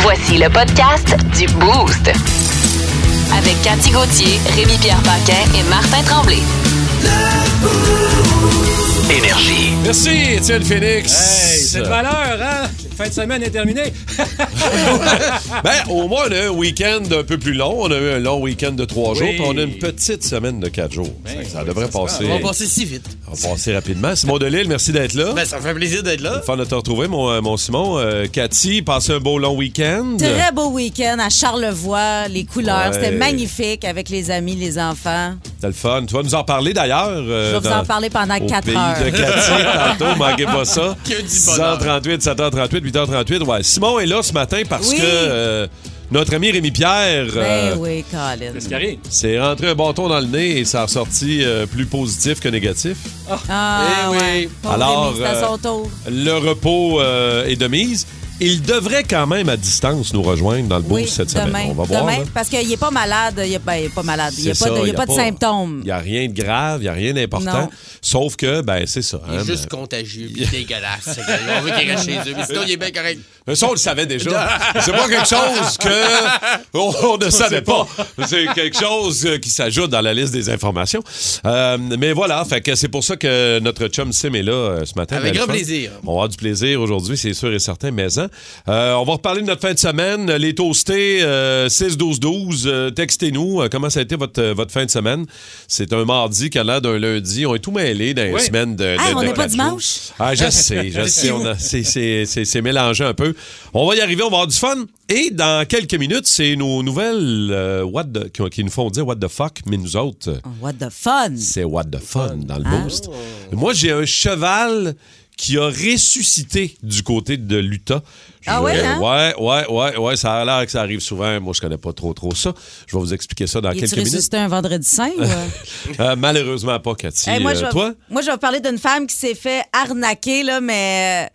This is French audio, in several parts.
Voici le podcast du Boost. Avec Cathy Gauthier, Rémi-Pierre Paquin et Martin Tremblay. Énergie. Merci, Étienne Phoenix. Hey, c'est de valeur, hein? Fin de semaine est terminée. ben, au moins, on a eu un week-end un peu plus long. On a eu un long week-end de trois Oui. jours, puis on a une petite semaine de quatre jours. Fait Ben, que ça devrait passer. On va passer si vite. On va passer rapidement. Simon Delille, merci d'être là. Ben, ça me fait plaisir d'être là. Fan de te retrouver, mon, euh, mon Simon. Euh, Cathy, passez un beau long week-end. Très beau week-end à Charlevoix, les couleurs, Ouais. c'était magnifique avec les amis, les enfants. C'était le fun. Tu vas nous en parler d'ailleurs. euh, Je vais vous dans- en parler pendant au quatre pays heures. de Cathy, tantôt, manquez pas ça. Que du bonheur. 6h38, 7h38, 8h38. Ouais. Simon est là ce matin parce Oui. que euh, notre ami Rémi-Pierre euh, Ben oui, Colin. C'est ce qui arrive. s'est rentré un bâton dans le nez et ça a ressorti euh, plus positif que négatif. Ah, Eh oui. ouais. Pauvre Alors, euh, Rémi, c'est à son tour. Le repos euh, est de mise. Il devrait quand même à distance nous rejoindre dans le beau Oui, cette demain, semaine. On va voir. demain, là. parce qu'il n'est pas malade. Il n'est pas malade. Il n'y a, C'est pas de- ça, il y a pas de symptômes. Il n'y a rien de grave, il n'y a rien d'important. Non. Sauf que, ben, c'est ça. Il hein, est juste ben. contagieux puis dégueulasse. On veut qu'il reste chez eux. Mais sinon, il est bien correct. Mais Euh, ça, on le savait déjà. c'est pas quelque chose que on, on ne savait pas. C'est quelque chose euh, qui s'ajoute dans la liste des informations. Euh, mais voilà, fait que c'est pour ça que notre chum Sim est là euh, ce matin. Avec Ben, grand le fun. plaisir. On va avoir du plaisir aujourd'hui, c'est sûr et certain, mais hein. Euh, on va reparler de notre fin de semaine. Les toastés, euh, 6-12-12, euh, textez-nous euh, comment ça a été votre, euh, votre fin de semaine. C'est un mardi qui a l'air d'un lundi. On est tout mêlé dans les Oui. semaines de... de- Ah, on de n'est pas quatre jours. dimanche? Ah, je sais, je sais, on a- Euh, c'est- c'est c'est- c'est mélangé un peu. On va y arriver, on va avoir du fun. Et dans quelques minutes, c'est nos nouvelles euh, what the- qui, qui nous font dire what the fuck, mais nous autres, euh, What the fun! Ah. c'est what the fun dans le boost. Moi, j'ai un cheval qui a ressuscité du côté de l'Utah. Je- Ah ouais, hein? ouais, ouais, ouais, ouais, ça a l'air que ça arrive souvent. Moi, je connais pas trop trop ça. Je vais vous expliquer ça dans Il quelques est minutes. ressuscité un vendredi saint? ou, euh? Euh, malheureusement pas, Cathy. Hey, Eh, moi, je Euh, vais, toi? moi, je vais parler d'une femme qui s'est fait arnaquer, là, mais euh,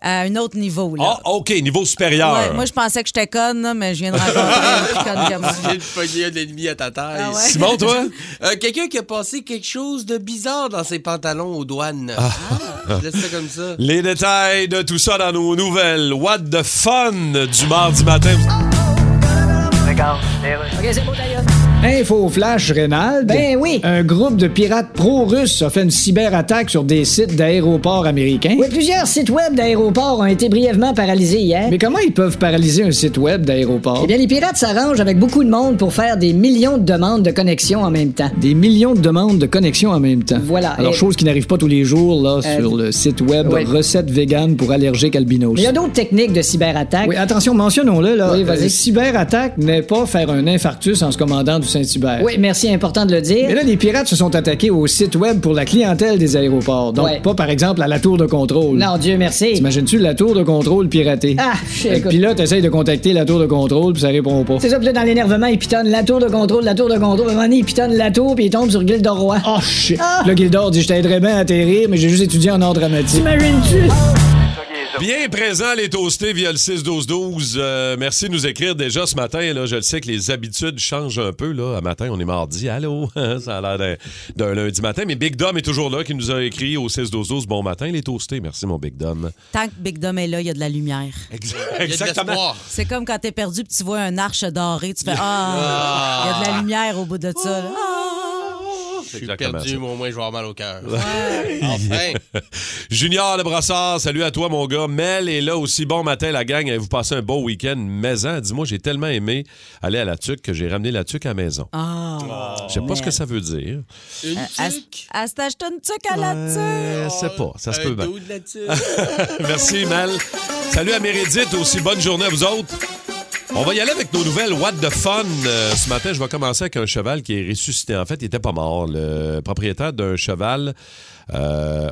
à un autre niveau. Là. Ah, OK, niveau supérieur. Ouais, moi, je pensais que j'étais conne, là, mais je viens de rencontrer une plus conne que moi. Il vient de pogner un ennemi à ta taille. Ah ouais? Simon, toi? Euh, Quelqu'un qui a passé quelque chose de bizarre dans ses pantalons aux douanes. Ah. Je laisse ça comme ça. Les détails de tout ça dans nos nouvelles. What the fun du mardi matin. Info flash Rénal. Ben oui. Un groupe de pirates pro-russes a fait une cyberattaque sur des sites d'aéroports américains. Oui, plusieurs sites web d'aéroports ont été brièvement paralysés hier. Mais comment ils peuvent paralyser un site web d'aéroport? Eh bien, les pirates s'arrangent avec beaucoup de monde pour faire des millions de demandes de connexion en même temps. Des millions de demandes de connexion en même temps. Voilà. Alors, Et- chose qui n'arrive pas tous les jours, là, Euh, sur le site web oui. Recettes vegan pour allergiques albinos. Mais il y a d'autres techniques de cyberattaque. Oui, ah, attention, mentionnons-le, là. Oui, vas-y. Euh, cyberattaque n'est pas faire un infarctus en se commandant du Saint-Hubert. Oui, merci, important de le dire. Mais là, les pirates se sont attaqués au site web pour la clientèle des aéroports. Donc, Ouais. pas par exemple à la tour de contrôle. Non, Dieu merci. T'imagines-tu la tour de contrôle piratée? Ah, Fait shit, que écoute. Puis là, t'essayes de contacter la tour de contrôle, puis ça répond pas. C'est ça, puis là, dans l'énervement, ils pitonnent la tour de contrôle, la tour de contrôle. À un moment donné, ils pitonnent la tour, puis ils tombent sur Ah! Guilde de Roi. Oh shit! Là, Gildor dit Je t'aiderais bien à atterrir, mais j'ai juste étudié en art dramatique. T'imagines-tu? Bien présent, les toastés via le 6-12-12. Euh, merci de nous écrire déjà ce matin. Là, je le sais que les habitudes changent un peu. Là. À matin, on est mardi. Allô? ça a l'air d'un- d'un lundi matin. Mais Big Dom est toujours là qui nous a écrit au 6-12-12. Bon matin, les toastés. Merci, mon Big Dom. Tant que Big Dom est là, il y a de la lumière. Il y a de l'espoir. C'est comme quand t'es perdu puis tu vois un arche doré, tu fais Ah, il y a de la lumière au bout de ça. là. Je suis Ah. exactement perdu, ça. mais au moins, je vais avoir mal au cœur. Enfin. Junior le brassard, salut à toi, mon gars. Mel est là aussi. Bon matin, la gang. Vous passez un beau week-end maison. Dis-moi, j'ai tellement aimé aller à la tuque que j'ai ramené la tuque à la maison. Ah, Euh, Je sais pas ce que ça veut dire. Une à tuque. à cet acheter une tuque à la tuque. Euh, Je sais pas. Ça se Un peut bien. dos de la tuque. Merci, Mel. Salut à Mérédite aussi. Bonne journée à vous autres. On va y aller avec nos nouvelles What the Fun. Euh, ce matin, je vais commencer avec un cheval qui est ressuscité. En fait, il était pas mort. Le propriétaire d'un cheval euh,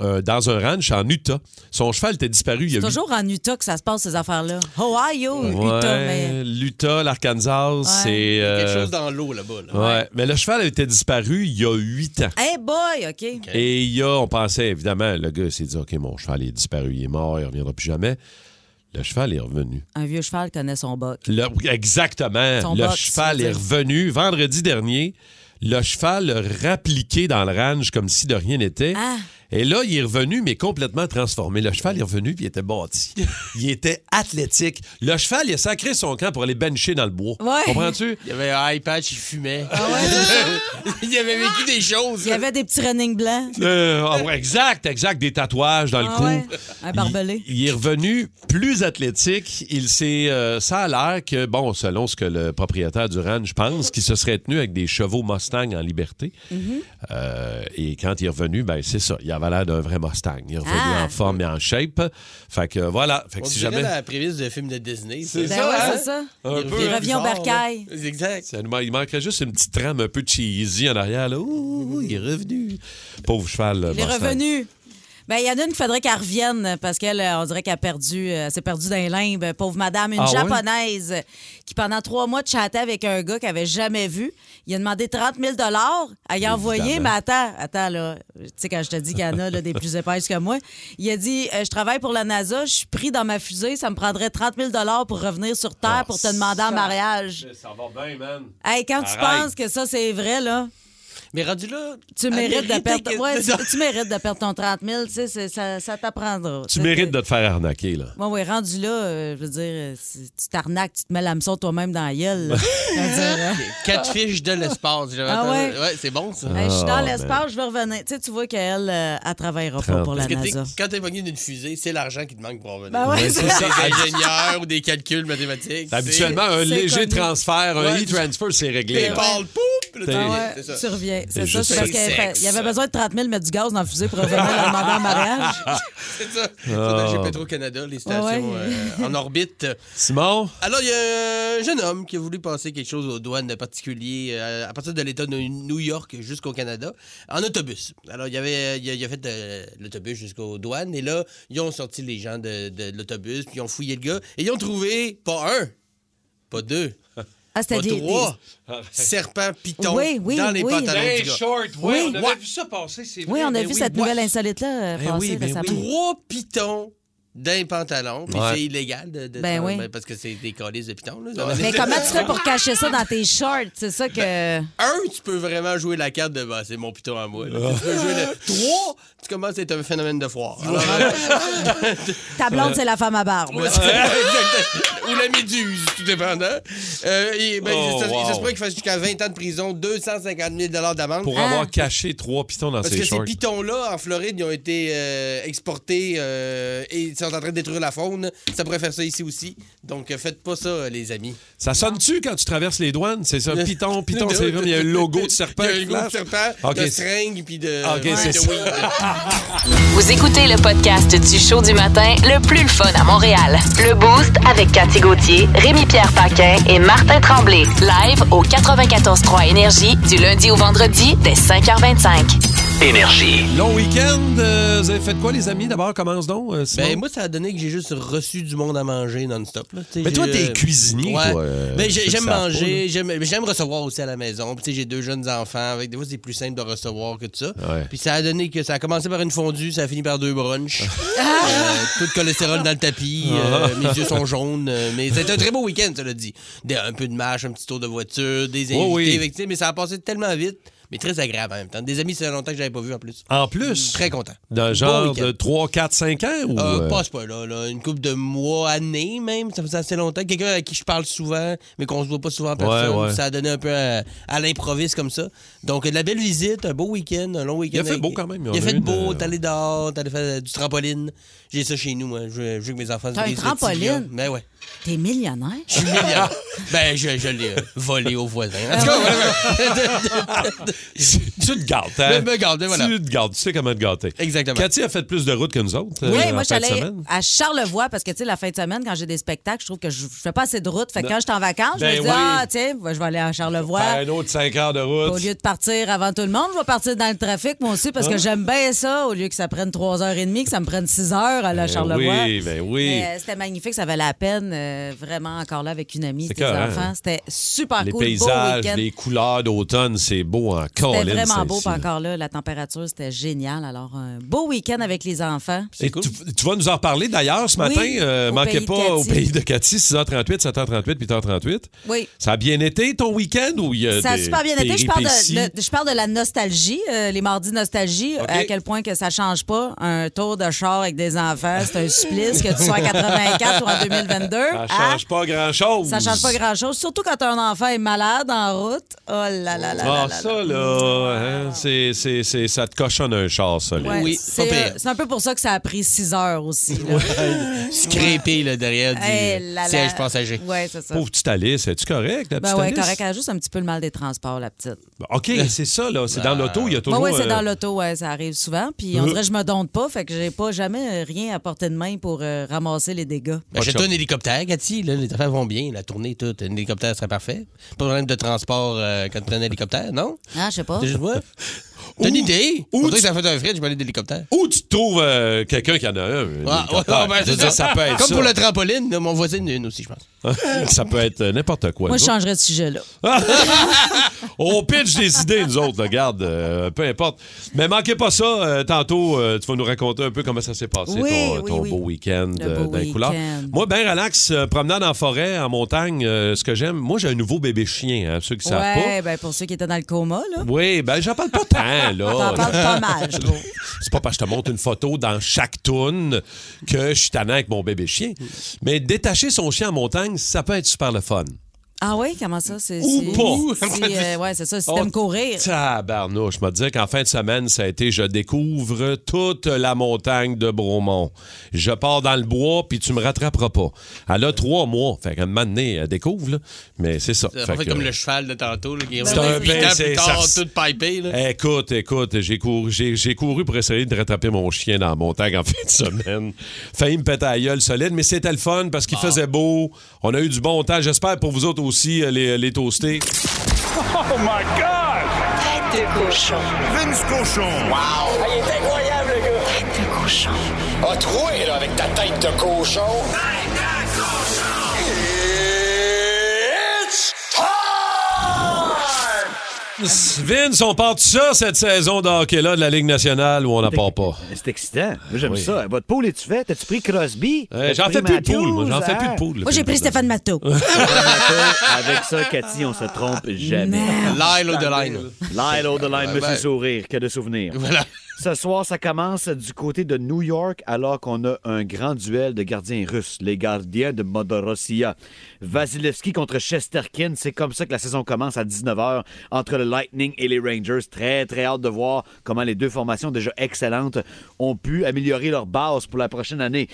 un- un- dans un ranch en Utah. Son cheval était disparu il y a huit Toujours en Utah que ça se passe, ces affaires-là. Ohio, Utah, mais. Ouais, L'Utah, l'Arkansas, c'est. euh, Quelque chose dans l'eau là-bas. là. ouais. Mais le cheval était disparu il y a huit ans. Hey boy, OK. Et il y a, on pensait, évidemment, le gars s'est dit OK, mon cheval est disparu, il est mort, il ne reviendra plus jamais. Le cheval est revenu. Un vieux cheval connaît son boc. Le- exactement. Son le box, cheval je veux est dire. revenu vendredi dernier. Le cheval a rappliqué dans le range comme si de rien n'était. Ah. Et là, il est revenu, mais complètement transformé. Le cheval est revenu, puis il était bâti. Il était athlétique. Le cheval, il a sacré son camp pour aller bencher dans le bois. Ouais. Ah Comprends-tu? Il y avait un iPad, il fumait. il avait vécu des choses. Il y avait des petits running blancs. Euh, ah ouais, exact, exact. Des tatouages dans le Ah cou. ouais, un barbelé. Il, il est revenu plus athlétique. Il s'est. euh, ça a l'air que, bon, selon ce que le propriétaire du ranch pense, qu'il se serait tenu avec des chevaux Mustang en liberté. Mhm. Euh, et quand il est revenu, ben c'est ça. Il avait l'air d'un vrai Mustang. Il est revenu Ah. en forme et en shape. Fait que voilà. Fait que On si dirait jamais. dans la prémisse de film de Disney. C'est Ben ça, ouais, hein? c'est ça. Un Il peu revient au bizarre, bercail. là. Exact. Ça nous man- il manquerait juste une petite trame un peu cheesy en arrière. Là. Ouh, il est revenu. Pauvre cheval. Il est revenu. Ben, il y en a une qu'il faudrait qu'elle revienne parce qu'elle, euh, on dirait qu'elle a perdu, euh, elle s'est perdue dans les limbes. Pauvre madame, une Ah ouais? japonaise euh, qui, pendant trois mois, chattait avec un gars qu'elle avait jamais vu. Il a demandé 30 000 à y envoyer, mais attends, attends, là. Tu sais, quand je te dis qu'il y en a là, des plus épaisses que moi, il a dit euh, Je travaille pour la NASA, je suis pris dans ma fusée, ça me prendrait 30 000 pour revenir sur Ah, Terre pour te demander en mariage. Ça va bien, man. Hey, quand tu Arrête. penses que ça, c'est vrai, là. Mais rendu là, Tu elle mérites, de méritait perdre, que- ouais, C'est ça. tu, tu mérites de perdre ton 30 000, tu sais, c'est- ça, ça t'apprendra. Tu mérites de te faire arnaquer, là. Oui, oui, rendu là, euh, je veux dire, euh, si tu t'arnaques, tu te mets l'hameçon toi-même dans la gueule. là. Je veux dire, euh, Quatre fiches de l'espace. J'avais Ah entendu- ouais? c'est bon ça. hey, je suis Ah, dans l'espace, je vais revenir. Tu sais, tu vois qu'elle, euh, elle travaillera pas pour la Parce que t'es- NASA. quand t'es pogné d'une fusée, c'est l'argent qui te manque pour revenir. Ben ouais, c'est c'est des ingénieurs ou des calculs mathématiques. c'est- Habituellement, un c'est léger connu. transfert, un Ouais. e-transfer, c'est réglé. T'es là. parles, pouf, puis là, Ah t'es- Ouais, c'est ça. tu reviens. C'est C'est ça, juste c'est parce ça. qu'elle fait- Sexe. il y avait besoin de 30 000 mettre du gaz dans la fusée pour revenir la demander en mariage. Ah C'est ça. C'est dans Ah. chez Petro-Canada, les stations Ouais. euh, en orbite. Simon? Alors, il y a un jeune homme qui a voulu passer quelque chose aux douanes de particulier euh, à partir de l'État de New York jusqu'au Canada en autobus. Alors, il, y avait, il, a, il a fait euh, l'autobus jusqu'aux douanes et là, ils ont sorti les gens de, de l'autobus, puis ils ont fouillé le gars et ils ont trouvé pas un, pas deux, Ah, c'était pas des, trois des- serpents pitons Oui, oui, dans les oui. pantalons du gars. ouais, on avait vu ça passer, c'est Oui, on a vu cette ouais. nouvelle insolite-là euh, Ben passer oui, ben récemment. Trois pitons d'un pantalon, puis Ouais. c'est illégal de, de Ben oui. parce que c'est des calices de pitons. Là. Mais comment tu fais pour cacher ça dans tes shorts? C'est ça que. Ben, un, tu peux vraiment jouer la carte de bah, c'est mon piton à moi. là. Tu peux jouer Ah. le trois, tu commences à être un phénomène de foire. Alors, euh, Ta blonde, c'est la femme à barbe. moi, c'est- Exactement. Ou la méduse, tout dépendant. Euh, et, ben, Oh, ça, ça wow. se pourrait qu'il fasse jusqu'à 20 ans de prison, 250 000 d'amende. Pour Ah. avoir caché trois pitons dans Parce ses que ces shorts. pitons-là, en Floride, ils ont été euh, exportés euh, et ils sont en train de détruire la faune. Ça pourrait faire ça ici aussi. Donc, euh, faites pas ça, les amis. Ça sonne-tu quand tu traverses les douanes? C'est ça, piton, piton, c'est il y a un logo de serpent. Il y a un qui logo de flash. serpent, OK, de c'est- seringue, puis de. OK, c'est de ça. weed. Vous écoutez le podcast du show du matin le plus le fun à Montréal. Le Boost avec Cathy Gauthier, Rémi-Pierre Paquin et Martin Tremblay. Live au 94.3 Énergie du lundi au vendredi dès 5h25. Énergie. Long week-end, euh, vous avez fait quoi, les amis? D'abord, commence donc, euh, Simon. Ben, moi, ça a donné que j'ai juste reçu du monde à manger non-stop. là. Tu sais, Mais toi, j'ai, t'es euh, cuisinier, ouais. toi, euh, Ben, ceux j'ai- qui j'aime savent pas, manger, j'aime mais j'aime recevoir aussi à la maison. Puis, tu sais, j'ai deux jeunes enfants. Avec, des fois, c'est plus simple de recevoir que tout ça. Ouais. Puis ça a donné que ça a commencé par une fondue, ça a fini par deux brunchs. Euh, tout le cholestérol dans le tapis. euh, Ah. mes yeux sont jaunes. euh, mais c'était un très beau week-end, ça l'a dit. Des- un peu de marche, un petit tour de voiture, des invités. Oh oui. avec- tu sais, mais ça a passé tellement vite, mais très agréable en même temps. Des amis, ça fait longtemps que j'avais pas vu en plus. En plus, Très content. d'un Bon genre week-end. de 3, 4, 5 ans? Ou, Euh, euh, Pas ce point-là, là. Une couple de mois, années même. Ça faisait assez longtemps. Quelqu'un à qui je parle souvent, mais qu'on se voit pas souvent en personne. ouais. Ça a donné un peu à, à l'improviste comme ça. Donc, de la belle visite, un beau week-end, un long week-end. Il a fait beau quand même, il y en Il a a fait une, beau. euh, T'es allé dehors, t'es allé faire du trampoline. J'ai ça chez nous, moi. Je, je veux que mes enfants se T'as un brisent le trampoline? tibia. Ben ouais. T'es millionnaire? Je suis millionnaire. ben, je, je l'ai euh, volé aux voisins. En Ah tout cas, voilà. Ben, tu te gâtes, hein? Je me gâte, voilà. Tu te gâtes, tu sais comment te gâter. Exactement. Cathy a fait plus de routes que nous autres. euh, Oui, en moi, fin de j'allais semaine. à Charlevoix parce que, tu sais, la fin de semaine, quand j'ai des spectacles, je trouve que je je fais pas assez de route. Fait que quand je suis en vacances, Ben je me dis, oui. ah, tu sais, je vais aller à Faire Charlevoix. un autre 5 heures de Au route. lieu de partir avant tout le monde, je vais partir dans le trafic, moi aussi, parce que j'aime bien ça. Au lieu que ça prenne 3 heures et demie, que ça me prenne 6 heures à la Ben Charlevoix. Oui, ben oui. Mais, euh, C'était magnifique, ça valait la peine. euh, vraiment encore là avec une amie, C'est des écœurant, enfants. hein? C'était super les cool, beau paysages, week-end. les couleurs d'automne, c'est beau en C'était colline, ça, vraiment beau, ici, puis là. encore là, la température, c'était génial. Alors, un beau week-end avec les enfants. Et tu, tu vas nous en reparler d'ailleurs ce matin. euh, au manquez pays de pas au Cathy. pays de Cathy, 6h38, 7h38, 8h38. Oui. Ça a bien été ton week-end ou il y a Ça a Euh, des super bien été. Je parle, péripéties? de, le- je parle de la nostalgie, euh, les mardis nostalgie, OK. à quel point que ça change pas. Un tour de char avec des enfants, c'est un supplice que tu sois en 84 ou en 2022. Ça Ah, change pas grand-chose. ça change pas grand-chose, surtout quand un enfant est malade en route. Oh là là là là Ah, là ça, là. là, hein, c'est, c'est, c'est- ça te cochonne un char, ça. là. Ouais, Oui, c'est pas euh, pire. c'est un peu pour ça que ça a pris 6 heures aussi. là. Scrépé là, derrière du Eh là là. siège passager. Ouais, c'est ça. Pauvre petite Alice, es-tu correct, la Ben petite ouais, Alice? correct. Elle a juste un petit peu le mal des transports, la petite. OK, c'est ça, là. Ah. C'est dans l'auto, il y a Oui, toujours... Ben ouais, c'est euh, Mhm. dans l'auto, ouais, ça arrive souvent. Puis on dirait que je me donne pas, fait que j'ai pas jamais euh, rien à portée de main pour euh, ramasser les dégâts. Ben, Achète-toi un hélicoptère, Cathy. Là, les affaires vont bien. La tournée, tout. Un hélicoptère serait parfait. Pas de problème de transport euh, quand tu prends un hélicoptère, non? Ah, je sais pas. T'as juste moi? T'as une Ou- idée? ou Ou que tu- ça fait un fret, je vais aller d'hélicoptère. Ou tu trouves euh, quelqu'un qui en a Ah, un. ouais, Ah, ouais, ben, je veux c'est dire, ça peut être Comme ça. pour le trampoline, là, mon voisin en a une aussi, je pense. ça peut être euh, n'importe quoi. Moi, je nous autres. changerais de sujet, là. On pitch des idées, nous autres, là, garde, euh, peu importe. Mais manquez pas ça. euh, tantôt, euh, tu vas nous raconter un peu comment ça s'est passé, Oui, ton, oui, ton oui. beau week-end Le euh, beau d'un couleur. week-end. Moi, ben relax, euh, promenade en forêt, en montagne, euh, ce que j'aime. Moi, j'ai un nouveau bébé chien, hein, ceux qui savent ouais, pas. ben pour ceux qui étaient dans le coma, là. Oui, ben j'en parle pas tant, là. T'en parles pas mal, je trouve. C'est pas parce que je te montre une photo dans chaque toune que je suis tannant avec mon bébé chien. Mais détacher son chien en montagne, ça peut être super le fun. Ah oui, comment ça? C'est, Ou c'est- pas. si, euh, ouais, c'est ça, si t'aimes Oh, courir. Tabarnouche. Je me disais qu'en fin de semaine, ça a été je découvre toute la montagne de Bromont. Je pars dans le bois, puis tu me rattraperas pas. Elle a trois mois. Fait qu'à un moment donné, elle découvre, là. Mais c'est ça. Ça Fait fait que- comme le cheval de tantôt, là, qui est C'est un huit ans ben, c'est- plus tard, ça- tout pipé. Là. euh, Écoute, écoute, j'ai couru, j'ai, j'ai couru pour essayer de rattraper mon chien dans la montagne en fin de semaine. Failli me péter à la gueule solide, mais c'était le fun parce Ah. qu'il faisait beau. On a eu du bon temps. J'espère pour vous autres aussi, euh, les, les toastés. Oh Tête de cochon. Vince Cochon. Ah, il est incroyable, le gars! Tête de cochon. A troué, là, avec ta tête de cochon. Tête de cochon! It's time! Vince, on part de ça cette saison de hockey-là de la Ligue nationale où on n'en part pas? C'est excitant. Moi, j'aime Oui. ça. Votre poule, es-tu fait? T'as-tu pris Crosby? Euh, j'en fais plus de poule, moi. J'en fais plus de poule. Moi, j'ai pris Stéphane Matteau. hein? Avec ça, Cathy, on se trompe jamais. Lyle au de line. Lyle O'Donnell, Ben, Monsieur ben. Sourire, que de souvenirs. Voilà. Ce soir, ça commence du côté de New York alors qu'on a un grand duel de gardiens russes, les gardiens de Modorossia. Vasilevski contre Chesterkin, c'est comme ça que la saison commence à 19h entre le Lightning et les Rangers. Très, très hâte de voir comment les deux formations déjà excellentes ont pu améliorer leur base pour la prochaine année.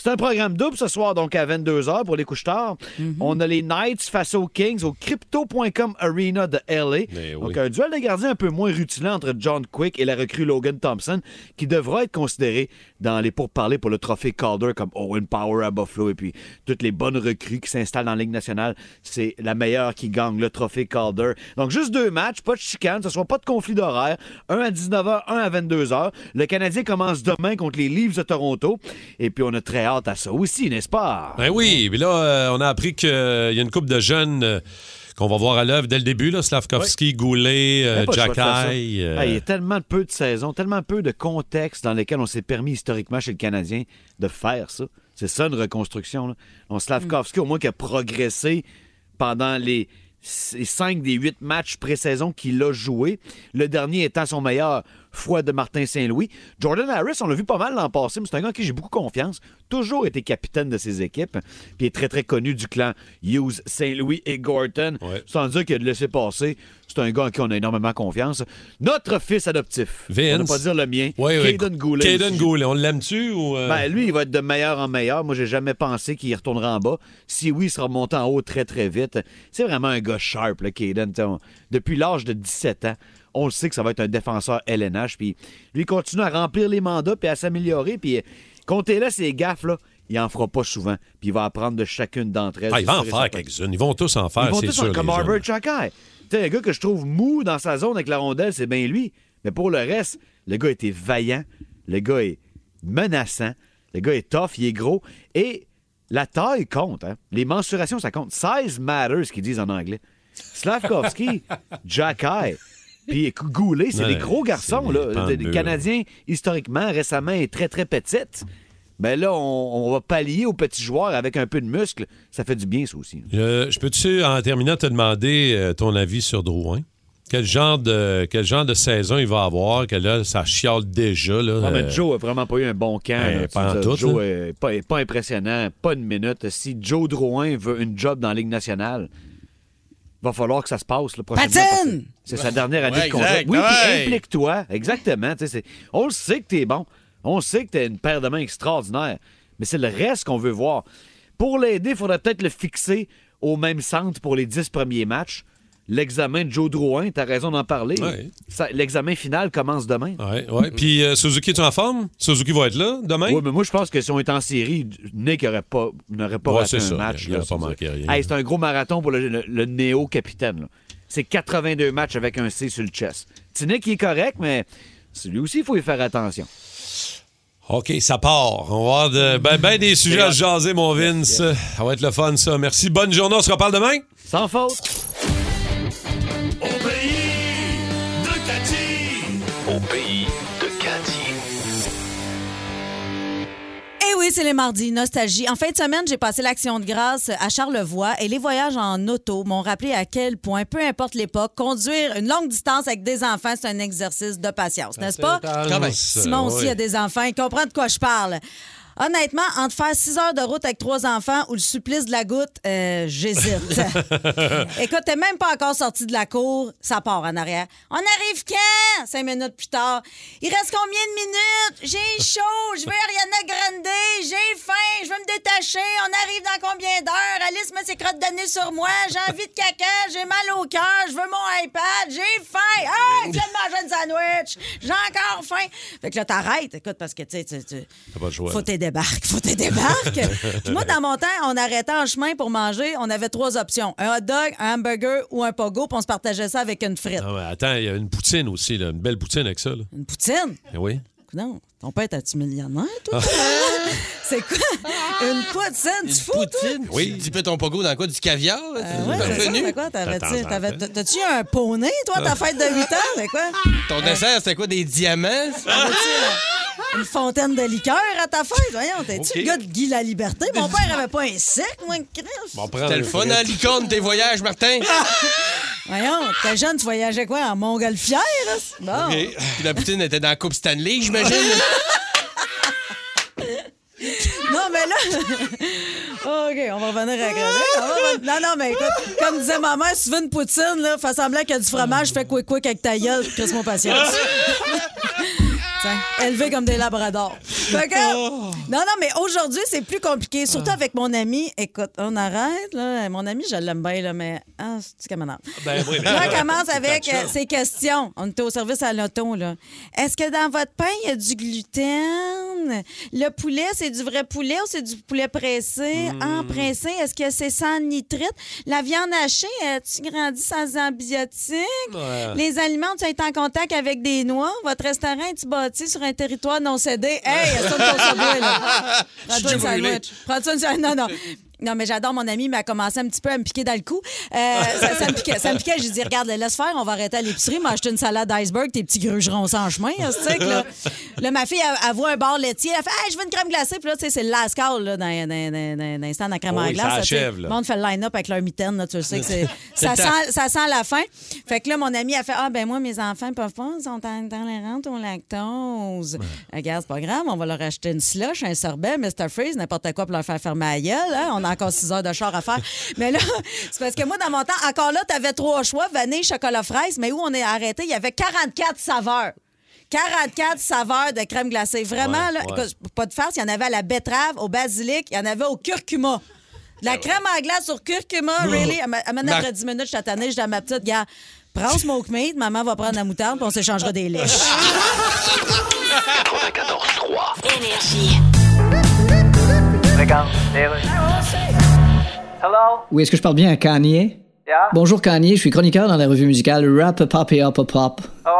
C'est un programme double ce soir, donc à 22h pour les couches tard. On a les Knights face aux Kings au Crypto.com Arena de LA. Mais oui. Donc, un duel de gardiens un peu moins rutilant entre John Quick et la recrue Logan Thompson, qui devra être considéré dans les pourparlers pour le trophée Calder, comme Owen Power à Buffalo et puis toutes les bonnes recrues qui s'installent dans la Ligue nationale. C'est la meilleure qui gagne le trophée Calder. Donc, juste deux matchs, pas de chicane, ce ne sera pas de conflit d'horaire. Un à 19h, un à 22h. Le Canadien commence demain contre les Leafs de Toronto. Et puis, on a très hâte à ça aussi, n'est-ce pas? Ben oui, mais là, euh, on a appris qu'il y a une couple de jeunes euh, qu'on va voir à l'œuvre dès le début, là, Slavkovski, Goulet, J'avais euh, pas le choix de faire ça. Jackay. euh, Ah, il y a tellement peu de saisons, tellement peu de contextes dans lesquels on s'est permis historiquement chez le Canadien de faire ça. C'est ça une reconstruction. Là. On Slavkovski, au moins, qui a progressé pendant les 5 des 8 matchs pré-saison qu'il a joué. Le dernier étant son meilleur foi de Martin Saint-Louis. Jordan Harris, on l'a vu pas mal l'an passé, mais c'est un gars en qui j'ai beaucoup confiance. Toujours été capitaine de ses équipes. Puis il est très, très connu du clan Hughes, Saint-Louis et Gorton. Ouais. Sans dire qu'il a de laisser passer. C'est un gars en qui on a énormément confiance. Notre fils adoptif. Vince. On ne pas dire le mien. Ouais, ouais, Caden Goulet. Caden aussi. Goulet, on l'aime-tu ou. euh, Ben, lui, il va être de meilleur en meilleur. Moi, j'ai jamais pensé qu'il retournera en bas. Si oui, il sera monté en haut très, très vite. C'est vraiment un gars sharp, là, Caden. T'sais, on- Depuis l'âge de 17 ans, on le sait que ça va être un défenseur LNH. Puis lui, il continue à remplir les mandats puis à s'améliorer. Puis comptez-là ces gaffes, là. Il en fera pas souvent. Puis il va apprendre de chacune d'entre elles. ah, il va C'est en sûr et faire certain. quelques-unes. Ils vont tous en faire, Ils vont c'est tous sûr. en- comme les jeunes. Arbor Chakai. Tu sais, un gars que je trouve mou dans sa zone avec la rondelle, c'est bien lui. Mais pour le reste, le gars était vaillant, le gars est menaçant, le gars est tough, il est gros. Et La taille compte, hein? Les mensurations, ça compte. Size matters, ce qu'ils disent en anglais. Slavkovski, Jack Eye, puis Goulet, c'est Ouais, des gros garçons, c'est des là. Les pendeux. Canadiens, historiquement, récemment, est très, très petite. Mais là, on, on va pallier aux petits joueurs avec un peu de muscle. Ça fait du bien, ça aussi. Euh, je peux-tu, en terminant, te demander euh, ton avis sur Drouin? Quel genre, de, quel genre de saison il va avoir? Que là, ça chiale déjà. Là, Ah, Euh, mais Joe a vraiment pas eu un bon camp. Ben, là, tu pas veux en dire, tout, Joe là. est pas, est pas impressionnant, pas une minute. Si Joe Drouin veut une job dans la Ligue nationale, va falloir que ça se passe. le prochainement, Patine! parce que C'est sa dernière année Ouais, de contrat. exact, Oui, Ah puis ouais. implique-toi. Exactement. tu sais, c'est- On le sait que t'es bon. On sait que t'as une paire de mains extraordinaire. Mais c'est le reste qu'on veut voir. Pour l'aider, il faudrait peut-être le fixer au même centre pour les 10 premiers matchs. L'examen de Joe Drouin, t'as raison d'en parler. Ouais. Ça- L'examen final commence demain. Ouais, ouais. Puis euh, Suzuki, tu es en forme? Suzuki va être là demain? Oui, Mm-hmm. mais moi, je pense que si on est en série, Nick n'aurait pas, n'aurait pas Ouais, raté c'est un ça. match. Il là, aurait pas ça. manqué rien. Hey, c'est un gros marathon pour le, le- le néo-capitaine. là. C'est 82 matchs avec un C sur le chest. Tu sais, Nick, il est correct, mais c'est- lui aussi, il faut y faire attention. OK, ça part. On va avoir de- ben, ben des sujets à se jaser, mon Vince. Ça va être le fun, ça. Merci. Bonne journée. On se reparle demain? Sans faute. Au pays de Cathy. Eh oui, c'est les mardis, nostalgie. En fin de semaine, j'ai passé l'action de grâce à Charlevoix et les voyages en auto m'ont rappelé à quel point, peu importe l'époque, conduire une longue distance avec des enfants, c'est un exercice de patience, n'est-ce pas? Quand même. Simon aussi a des enfants, il comprend de quoi je parle. Honnêtement, entre faire 6 heures de route avec trois enfants ou le supplice de la goutte, euh, j'hésite. Écoute, t'es même pas encore sorti de la cour, ça part en arrière. On arrive quand? Cinq minutes plus tard. Il reste combien de minutes? J'ai chaud, je veux Ariana Grande, j'ai faim, je veux me détacher. On arrive dans combien d'heures? Alice met ses crottes de nez sur moi, j'ai envie de caca, j'ai mal au cœur, je veux mon iPad, j'ai faim. Hey, viens de manger une sandwich, j'ai encore faim. Fait que là, t'arrêtes, écoute, parce que tu sais, tu- tu- T'as pas le choix. faut tes débarques, faut tes débarques. Puis moi, dans mon temps, on arrêtait en chemin pour manger. On avait trois options un hot dog, un hamburger ou un pogo. Puis on se partageait ça avec une frite. Non, mais Ah attends, il y a une poutine aussi, là, une belle poutine avec ça. Là. Une poutine. Eh oui. Ah. Non, ton père est un millionnaire, toi? C'est quoi? Une poutine, tu fous, toi? Poutine? Oui. Oui. Tu peux ton pogo dans quoi? Du caviar? là? Euh, ouais, T'es c'est ça, revenu? c'est quoi? T'avais-tu, Attends, t'avais- attends. t'as-tu eu un poney, toi, ta fête de 8 ans? C'est quoi? Ton dessert, c'était quoi? Des diamants? Une fontaine de liqueur à ta fête? Voyons, t'es-tu Ok. le gars de Guy la Liberté? Mon père avait pas un sec, moi, Chris. On prend C'était le fun, hein, licorne, tes voyages, Martin? Voyons, t'es jeune, tu voyageais quoi? En montgolfière? là? Bon. Et- Puis la poutine était dans la Coupe Stanley, j'imagine. Non, mais là. Oh, OK, on va revenir à la chronique. On va revenir- Non, non, mais écoute, comme disait ma mère, si tu veux une poutine, là, fais semblant qu'il y a du fromage, fais quick quick avec ta gueule, crisse mon patience. Tiens, élevé comme des labradors. Fait que- Non, non, mais aujourd'hui, c'est plus compliqué, surtout avec mon ami. Écoute, on arrête, là. Mon ami, je l'aime bien, là, mais. Ah, c'est comme Ben oui, mais- Là, on commence avec euh, ces questions. On était au service à l'auto, là. Est-ce que dans votre pain, il y a du gluten? Le poulet, c'est du vrai poulet ou c'est du poulet pressé? Hmm. En pressé, est-ce que c'est sans nitrite? La viande hachée, tu grandi sans antibiotiques? Ouais. Les aliments, tu as été en contact avec des noix? Votre restaurant, est tu bâti sur un territoire non cédé? Hey, est-ce que ton saboué, là? Prends-toi une Je suis brûlée. sandwich. Prends-toi une sandwich. Non, non. Non, mais j'adore mon ami, mais elle commencé un petit peu à me piquer dans le cou. Euh, ça, ça me piquait. Ça me piquait. J'ai dit, regarde, laisse faire, on va arrêter à l'épicerie, m'acheter une salade d'iceberg, tes petits grugerons sans chemin. hein, c'est ça que là, Là, ma fille, elle, elle voit un bar laitier, elle fait, hey, je veux une crème glacée. Puis là, tu sais, c'est le last call, là, dans, dans, dans, dans, dans les stands à crème Oh Oui, à ça glace. là, tu sais. achève, là. Le monde fait le line-up avec leur mitaine, là, tu le sais que c'est. ça, le sent, ça sent la fin. Fait que là, mon ami a fait Ah, ben moi, mes enfants peuvent pas, ils sont intolérants au lactose. Ben, Regarde, c'est pas grave, on va leur acheter une slush, un sorbet, Mr. Freeze, n'importe quoi pour leur faire fermer la gueule. hein. On a encore six heures de char à faire. Mais là, c'est parce que moi, dans mon temps, encore là, t'avais trois choix vanille, chocolat fraise, mais où on est arrêté, il y avait 44 saveurs. 44 saveurs de crème glacée. Vraiment, Ouais, là, ouais. écoute, pas de farce, il y en avait à la betterave, au basilic, il y en avait au curcuma. De la crème à glace sur curcuma, really? Elle m'a- elle m'a donné Marc- après 10 minutes, je suis tannée, je dis à ma petite, gars, prends smoke meat, maman va prendre la moutarde, puis on s'échangera des lèches. 94.3. Énergie. Oui, est-ce que je parle bien à Kanye? Bonjour Kanye, je suis chroniqueur dans la revue musicale Rap Pop et Hop Hop Pop. How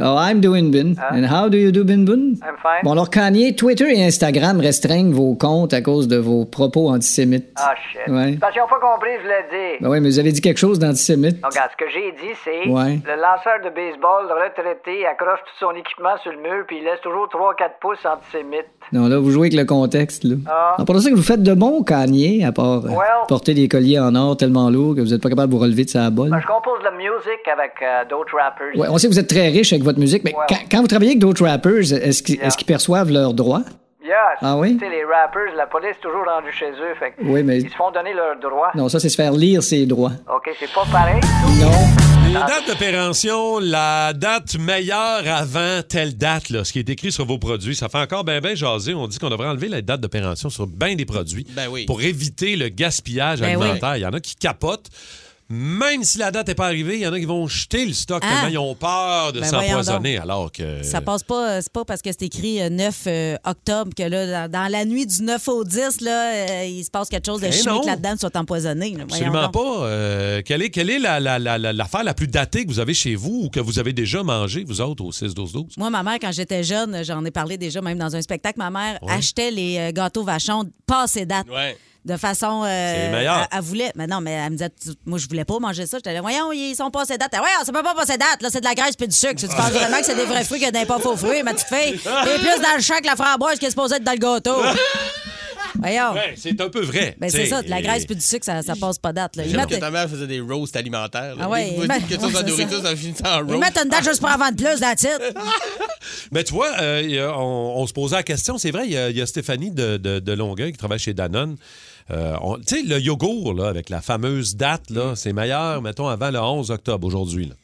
Oh, I'm doing bin. Hein? And how do you do bin bin? I'm fine. Bon, alors Kanye, Twitter et Instagram restreignent vos comptes à cause de vos propos antisémites. Ah, shit. Ouais. Parce qu'ils n'ont pas compris, je l'ai dit. Ben oui, mais vous avez dit quelque chose d'antisémite. Donc, regarde, ce que j'ai dit, c'est Ouais. le lanceur de baseball retraité accroche tout son équipement sur le mur puis il laisse toujours 3-4 pouces antisémites. Non, là, vous jouez avec le contexte, là. Ah. En pensant que vous faites de bons Kanye, à part euh, porter des colliers en or tellement lourds que vous n'êtes pas capable de vous relever de sa bolle. Ben, je compose de la musique avec euh, d'autres rappers. Ouais, on sait que vous êtes très riche avec votre musique, mais quand, quand vous travaillez avec d'autres rappers, est-ce qu'ils est-ce qu'ils perçoivent leurs droits? Yes. Ah oui? Tu sais, les rappers, la police est toujours rendue chez eux. Fait que Oui, mais- Ils se font donner leurs droits. Non, ça, c'est se faire lire ses droits. OK, c'est pas pareil. Les dates de péremption, la date meilleure avant telle date, là, ce qui est écrit sur vos produits, ça fait encore bien, bien jaser. On dit qu'on devrait enlever la date de péremption sur bien des produits Ben oui. pour éviter le gaspillage Ben oui. alimentaire. Il y en a qui capotent. Même si la date n'est pas arrivée, il y en a qui vont jeter le stock Ah. tellement ils ont peur de Ben s'empoisonner alors que... Ça passe pas, euh, c'est pas parce que c'est écrit euh, 9 euh, octobre que là, dans, dans la nuit du 9 au 10, là, euh, il se passe quelque chose de Eh non. chimique là-dedans, tu vas t'empoisonner. là. Voyons Absolument donc. pas. Euh, quelle est, quelle est la, la, la- la- l'affaire la plus datée que vous avez chez vous ou que vous avez déjà mangé, vous autres, au 6-12-12? Moi, ma mère, quand j'étais jeune, j'en ai parlé déjà même dans un spectacle, ma mère achetait les euh, gâteaux vachons passés date. Ouais. De façon. euh, C'est meilleur. Elle, elle voulait. Mais non, mais elle me disait, tu- moi, je voulais pas manger ça. J'étais là, voyons, ils sont passés date. Elle, Voyons, ça peut pas passer date. Là, c'est de la graisse puis du sucre. Tu penses vraiment que c'est des vrais fruits que des pas faux fruits, ma petite fille? Et plus dans le champ que la framboise qui est supposée être dans le gâteau. voyons. Ben, c'est un peu vrai. Ben, c'est t'sais. ça, de la Et- graisse puis du sucre, ça, ça passe pas date. Là. Ils J'aime que mettent, ta mère faisait des roasts alimentaires. là. Ah ouais, Dès que vous ben, dites quelque chose ouais, en c'est nourriture, ça. ça finit en ils roast. mettent une date juste pour en vendre plus, that's it. Mais tu vois, euh, y a- on, on se posait la question. C'est vrai, il y a- il y, a Stéphanie de, de- de Longueuil qui travaille chez Danone. Euh, on- tu sais, le yogourt, là, avec la fameuse date, là, c'est meilleur, mettons, avant le 11 octobre aujourd'hui. là.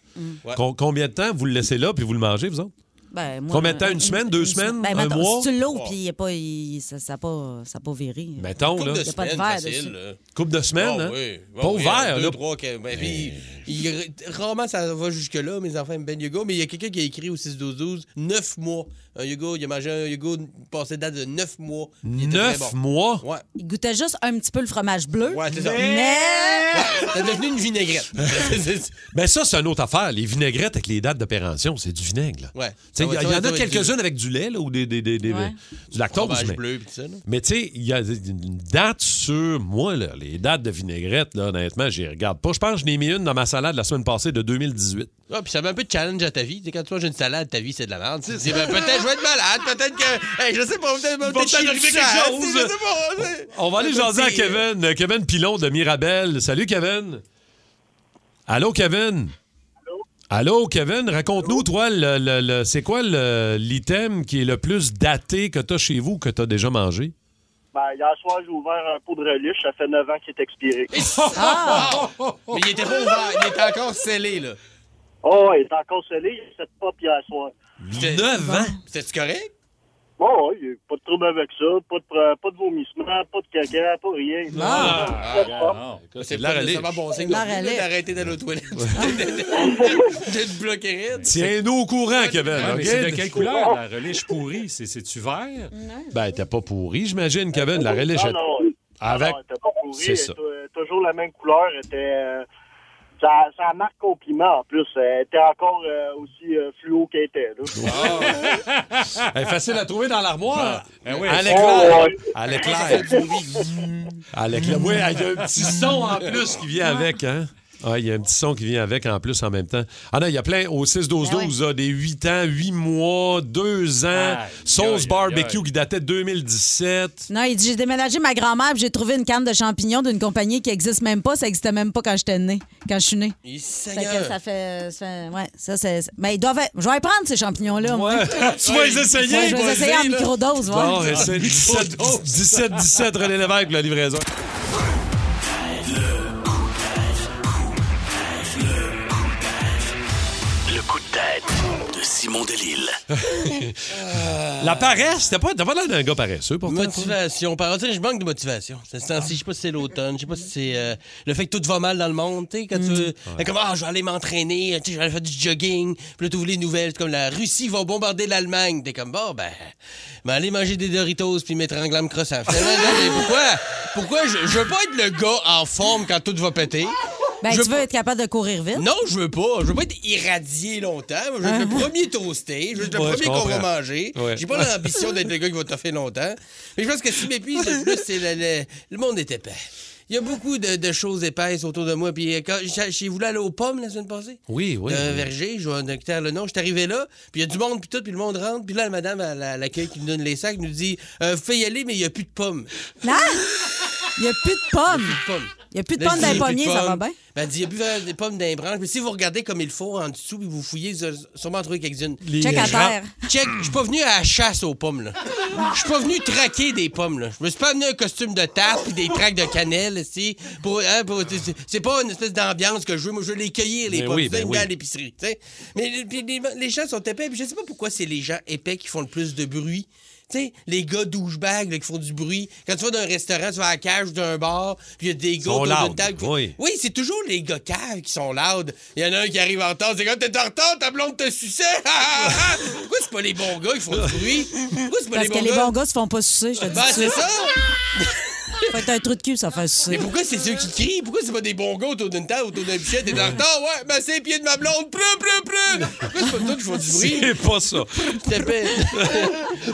Ouais. Com- combien de temps vous le laissez là puis vous le mangez, vous autres? Ben, moi, Combien de temps? Une semaine, deux semaines, Ben, un mettons, mois? Oh. Si tu l'ouvres, puis il a pas, il- ça n'a pas, ça a pas viré. Ah, Mettons, Coupe là, de Y a pas de semaine, verre facile. dessus. là. coupe de semaines. Ah hein? oui. Pas Oui, ouvert, deux, là. trois, quatre- ben, puis, il- rarement ça va jusque-là, mes enfants aiment bien le yoga, mais il y a quelqu'un qui a écrit au 6-12-12, 9 mois. Un yoga, il a mangé un yoga passé date de 9 mois. Il était très Neuf bon. mois? Ouais, Il goûtait juste un petit peu le fromage bleu. ouais c'est ça. Mais T'as devenu une vinaigrette. C'est- Ben ça, c'est une autre affaire. Les vinaigrettes avec les dates de péremption, c'est du vinaigre. là. Ouais. Ah Tu sais, Il Ouais, y, ça il y va- en ça a va être quelques-unes avec du lait là, ou des, des- des- des- Ouais. du lactose. Fromage mais- bleu, puis tout ça, là. Mais tu sais, il y a une date sur moi, là, les dates de vinaigrette, là, honnêtement, j'y regarde pas. Je pense que je n'ai mis une dans ma salade la semaine passée de 2018. Ouais, Ah, puis ça met un peu de challenge à ta vie. Tu sais, quand tu manges une salade, ta vie, c'est de la merde. Tu sais, ben, peut-être je vais être malade, peut-être que. Hey, je sais pas, peut-être va peut-être t'arriver chier du quelque sang, chose. tu sais, Je sais pas. tu sais. On va aller Un peu jaser à petit, euh, Kevin. euh, Kevin Pilon de Mirabel. Salut, Kevin. Allô, Kevin. Allô, Kevin, raconte-nous, toi, le- le- le- c'est quoi le- l'item qui est le plus daté que tu as chez vous, que tu as déjà mangé? Ben, hier soir, j'ai ouvert un pot de reluche. Ça fait 9 ans qu'il est expiré. Ah! Mais il était pas ouvert, il était encore scellé, là. Oh, il est encore scellé. Il s'est pas hier soir. J'étais- 9 hein? ans? C'est-tu correct? Bon, il n'y a pas de trouble avec ça. Pas de, pro- pas de vomissement, pas de caca, pas rien. Ah, Ah, C'est de Ah, pas la relique. nécessairement bon signe. de la non plus, là, relique. d'arrêter d'aller aux toilettes. J'ai te bloquer raide. Tiens-nous au courant, Kevin. Ah, mais OK? c'est de quelle couleur, la reliche pourrie? C'est- C'est-tu vert? Ben, t'es pas pourri, j'imagine, Kevin, la relish. Ah Ah, Non, non. Avec. Non, elle était pas pourrie. C'est Elle ça. était, euh, toujours la même couleur. Elle était, euh, ça, ça marque compliment, en plus. Elle était encore euh, aussi euh, fluo qu'elle était. Là. Elle est facile à trouver dans l'armoire. Ben, ben oui. À l'éclair. Oh, ouais. À l'éclair. À l'éclair. Oui, il y a un petit son en plus qui vient avec, hein? Ah, il y a un petit son qui vient avec en plus en même temps. Ah non, il y a plein au 6-12-12, là, des 8 ans, 8 mois, 2 ans, Aïe, sauce aïe, barbecue aïe. qui datait de 2017. non, il dit j'ai déménagé ma grand-mère, puis j'ai trouvé une canne de champignons d'une compagnie qui existe même pas, ça existait même pas quand j'étais née, quand je suis née. Il Fait que saigneur. ça fait, ça fait- ouais, ça c'est mais ils doivent être- je vais les prendre ces champignons là. moi. tu vas les Ouais, essayer. je vais les essayer en microdose, ouais. Bon, essaye 17-17 René Lévesque pour la livraison. Le coup de tête de Simon Delille. La paresse, t'as pas, t'as pas l'air d'un gars paresseux pourtant. Motivation. Par contre, je manque de motivation. C'est ce temps-ci, je sais pas si c'est l'automne, je sais pas si c'est euh, le fait que tout va mal dans le monde. Tu sais, quand tu veux. Fait Comme, ah, je vais aller m'entraîner, tu sais, je vais aller faire du jogging. Puis là, tu les nouvelles, comme la Russie va bombarder l'Allemagne. T'es comme, bon, ben, je vais aller manger des Doritos puis m'étrangler à me croissant. Finalement, non, mais pourquoi? Pourquoi je, je veux pas être le gars en forme quand tout va péter? Ben, Je tu veux être capable de courir vite? Non, je veux pas. Je veux pas être irradié longtemps. Je veux être le premier toasté. Je veux être Hein? Ouais, le je premier qu'on va comprends. manger. Ouais. J'ai pas l'ambition d'être le gars qui va toffer longtemps. Mais je pense que si m'épuise le plus, c'est le, le- le monde est épais. Il y a beaucoup de, de choses épaisses autour de moi. Puis euh, quand j'ai- j'ai voulu aller aux pommes la semaine passée. Oui, oui. D'un verger, je vois un docteur le nom. Je suis arrivé là, puis il y a du monde, puis tout, puis le monde rentre. Puis là, la madame à la- l'accueil qui nous donne les sacs nous dit euh, Fais y aller, mais il n'y a plus de pommes. Non! Hein? Il n'y a plus de pommes. Il n'y a plus de Là, pommes je dans dis, les il y a plus de pommiers, ça va pommes. bien? Ben, il dit, il n'y a plus de pommes dans les branches. Mais si vous regardez comme il faut en dessous, puis vous fouillez, vous allez sûrement trouver quelques-unes. Les- Check à Je rentre- terre. Check. Je suis pas venu à la chasse aux pommes, là. Je suis pas venu traquer des pommes, là. Je me suis pas venu un costume de tarte puis des traques de cannelle, ici. Pour, hein, pour- c'est- c'est pas une espèce d'ambiance que je veux. Moi, je veux les cueillir, les Mais pommes. oui, Je veux ben une oui. belle épicerie, tu sais. Mais le- puis les, les gens sont épais, puis je sais pas pourquoi c'est les gens épais qui font le plus de bruit. Tu sais, les gars douchebags là, qui font du bruit. Quand tu vas d'un restaurant, tu vas à la cage d'un bar, puis il y a des sont gars autour loud, de table qui- oui. oui, c'est toujours les gars caves qui sont loud. Il y en a un qui arrive en retard, c'est comme t'es en retard, ta blonde te suçait. Pourquoi c'est pas les bons gars qui font du bruit? Pourquoi c'est pas Parce les bons que les gars? bons gars se font pas sucer, je te dis. Ben, tout de c'est suite. ça! Faut être un trou de cul, ça fait Mais sucer. pourquoi c'est ceux qui crient? Pourquoi c'est pas des bons gars autour d'une table, autour d'un bichet? T'es en retard, ouais, ben c'est les pieds de ma blonde, preu, preu, preu! Pourquoi c'est pas toi qui font du bruit? C'est pas ça. C'est épais.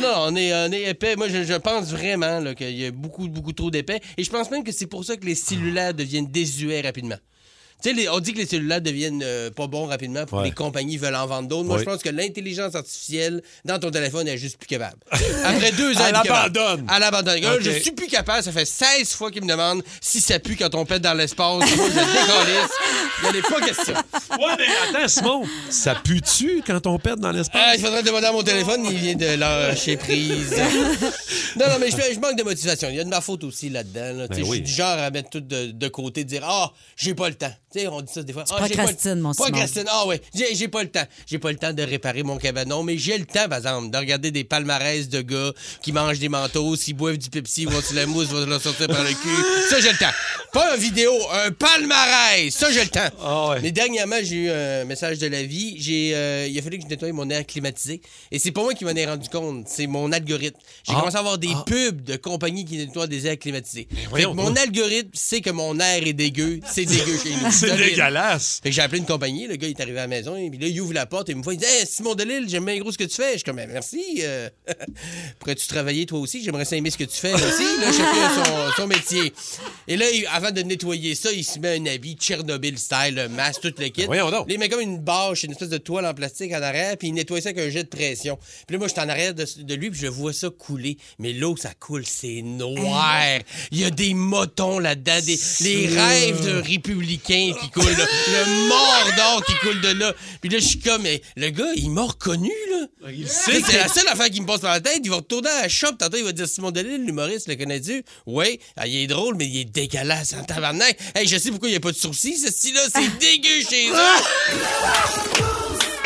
non, on est, on est épais. Moi, je, je pense vraiment là, qu'il y a beaucoup, beaucoup trop d'épais. Et je pense même que c'est pour ça que les cellulaires deviennent désuets rapidement. Tu sais, les- on dit que les cellulaires deviennent euh, pas bons rapidement pour que Ouais. les compagnies veulent en vendre d'autres. Moi, Oui. je pense que l'intelligence artificielle dans ton téléphone est juste plus capable. Après deux ans, Elle elle est plus capable. abandonne. Elle abandonne. Là, Ok. Je suis plus capable. Ça fait 16 fois qu'ils me demandent si ça pue quand on pète dans l'espace. Moi, je décalisse. Il n'y en a pas question. Ouais, mais attends, Simon, ça pue-tu quand on pète dans l'espace? Ah, il faudrait demander à mon téléphone, il vient de lâcher prise. non, non, mais je, je manque de motivation. Il y a de ma faute aussi là-dedans. là. Tu sais, Ben Je oui. suis du genre à mettre tout de, de côté, de dire Ah, j'ai pas le temps. Tu sais, on dit ça des fois. Ah, j'ai pas le- procrastines, mon Simon. Procrastine. Ah, ouais. J'ai, j'ai pas le temps. J'ai pas le temps de réparer mon cabanon, mais j'ai le temps, par exemple, de regarder des palmarès de gars qui mangent des manteaux, qui boivent du Pepsi, vont sur la mousse, vont leur sortir par le cul. Ça, j'ai le temps. Pas une vidéo, un palmarès. Ça, j'ai le temps. Ah Mais dernièrement, j'ai eu un message de la vie. J'ai, euh, il a fallu que je nettoie mon air climatisé. Et c'est pas moi qui m'en ai rendu compte, c'est mon algorithme. J'ai Ah. commencé à avoir des Ah. pubs de compagnies qui nettoient des airs climatisés. Fait que voyons, mon toi. algorithme sait que mon air est dégueu. C'est dégueu chez nous. C'est Solide. dégueulasse. Fait que j'ai appelé une compagnie, le gars il est arrivé à la maison, et puis là, il ouvre la porte et il me voit, il dit Hey, Simon Delille, j'aime bien gros ce que tu fais. Je suis comme, Ben, merci. euh, Pourrais-tu travailler toi aussi J'aimerais ça aimer ce que tu fais là aussi. Là, chacun son, son métier. Et là, il- avant de nettoyer ça, il se met un habit Tchernobyl style, un masque, tout le kit. voyons donc. Là, il met comme une bâche, une espèce de toile en plastique en arrière, puis il nettoie ça avec un jet de pression. Puis là, moi, je suis en arrière de, de lui, puis je vois ça couler. Mais l'eau, ça coule, c'est Eh. noir. Il y a des motons là-dedans, des, les rêves de républicains qui coulent, là. le mordor qui coule de là. Puis là, je suis comme, mais le gars, il m'a reconnu, là. Il sait c'est la seule affaire qui me passe par la tête. Il va retourner à la shop. Tantôt, il va dire Simon Delille, l'humoriste, le connais-tu? Oui, Ah, il est drôle, mais il est dégueulasse en tabarnak. Hey, je sais pourquoi il n'y a pas de sourcils. Ce style-là, c'est dégueu chez eux.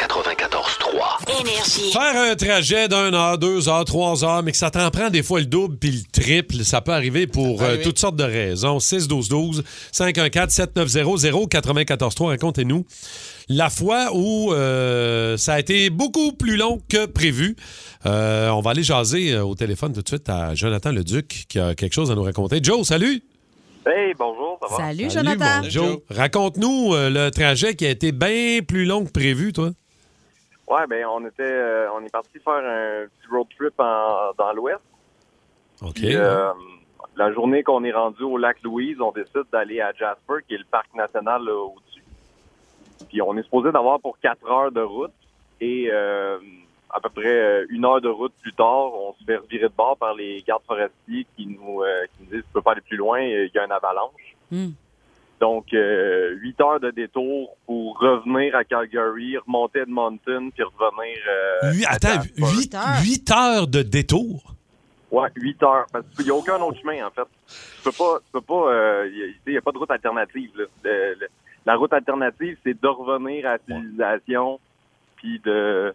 94.3. Énergie. Faire un trajet d'un heure, deux heures, trois heures, mais que ça t'en prend des fois le double puis le triple, ça peut arriver pour Ça peut euh, arriver. toutes sortes de raisons. 6-12-12, 514-7900-943, racontez-nous la fois où euh, ça a été beaucoup plus long que prévu. Euh, on va aller jaser euh, au téléphone tout de suite à Jonathan Leduc qui a quelque chose à nous raconter. Joe, salut! Hey, bonjour, ça va? Salut, Salut, Jonathan. mon Joe. Raconte-nous euh, le trajet qui a été bien plus long que prévu, toi. Ouais, ben on était, euh, on est parti faire un petit road trip en- dans l'Ouest. OK. Eh, Puis, hein? euh, la journée qu'on est rendu au lac Louise, on décide d'aller à Jasper, qui est le parc national là, au-dessus. Puis on est supposé d'avoir pour quatre heures de route et euh, à peu près euh, une heure de route plus tard, on se fait revirer de bord par les gardes forestiers qui nous, euh, qui nous disent tu peux pas aller plus loin, il y a une avalanche. Hmm. Donc, euh, huit heures de détour pour revenir à Calgary, remonter Edmonton, puis revenir... euh, Huit- à attends, Jasper. 8 heures de détour? Ouais, 8 heures. Parce qu'il n'y a aucun autre chemin, en fait. Tu peux pas. Tu peux pas. euh, y a- Il n'y a, pas de route alternative. là. Le- le- la route alternative, c'est de revenir à la civilisation, puis de. euh,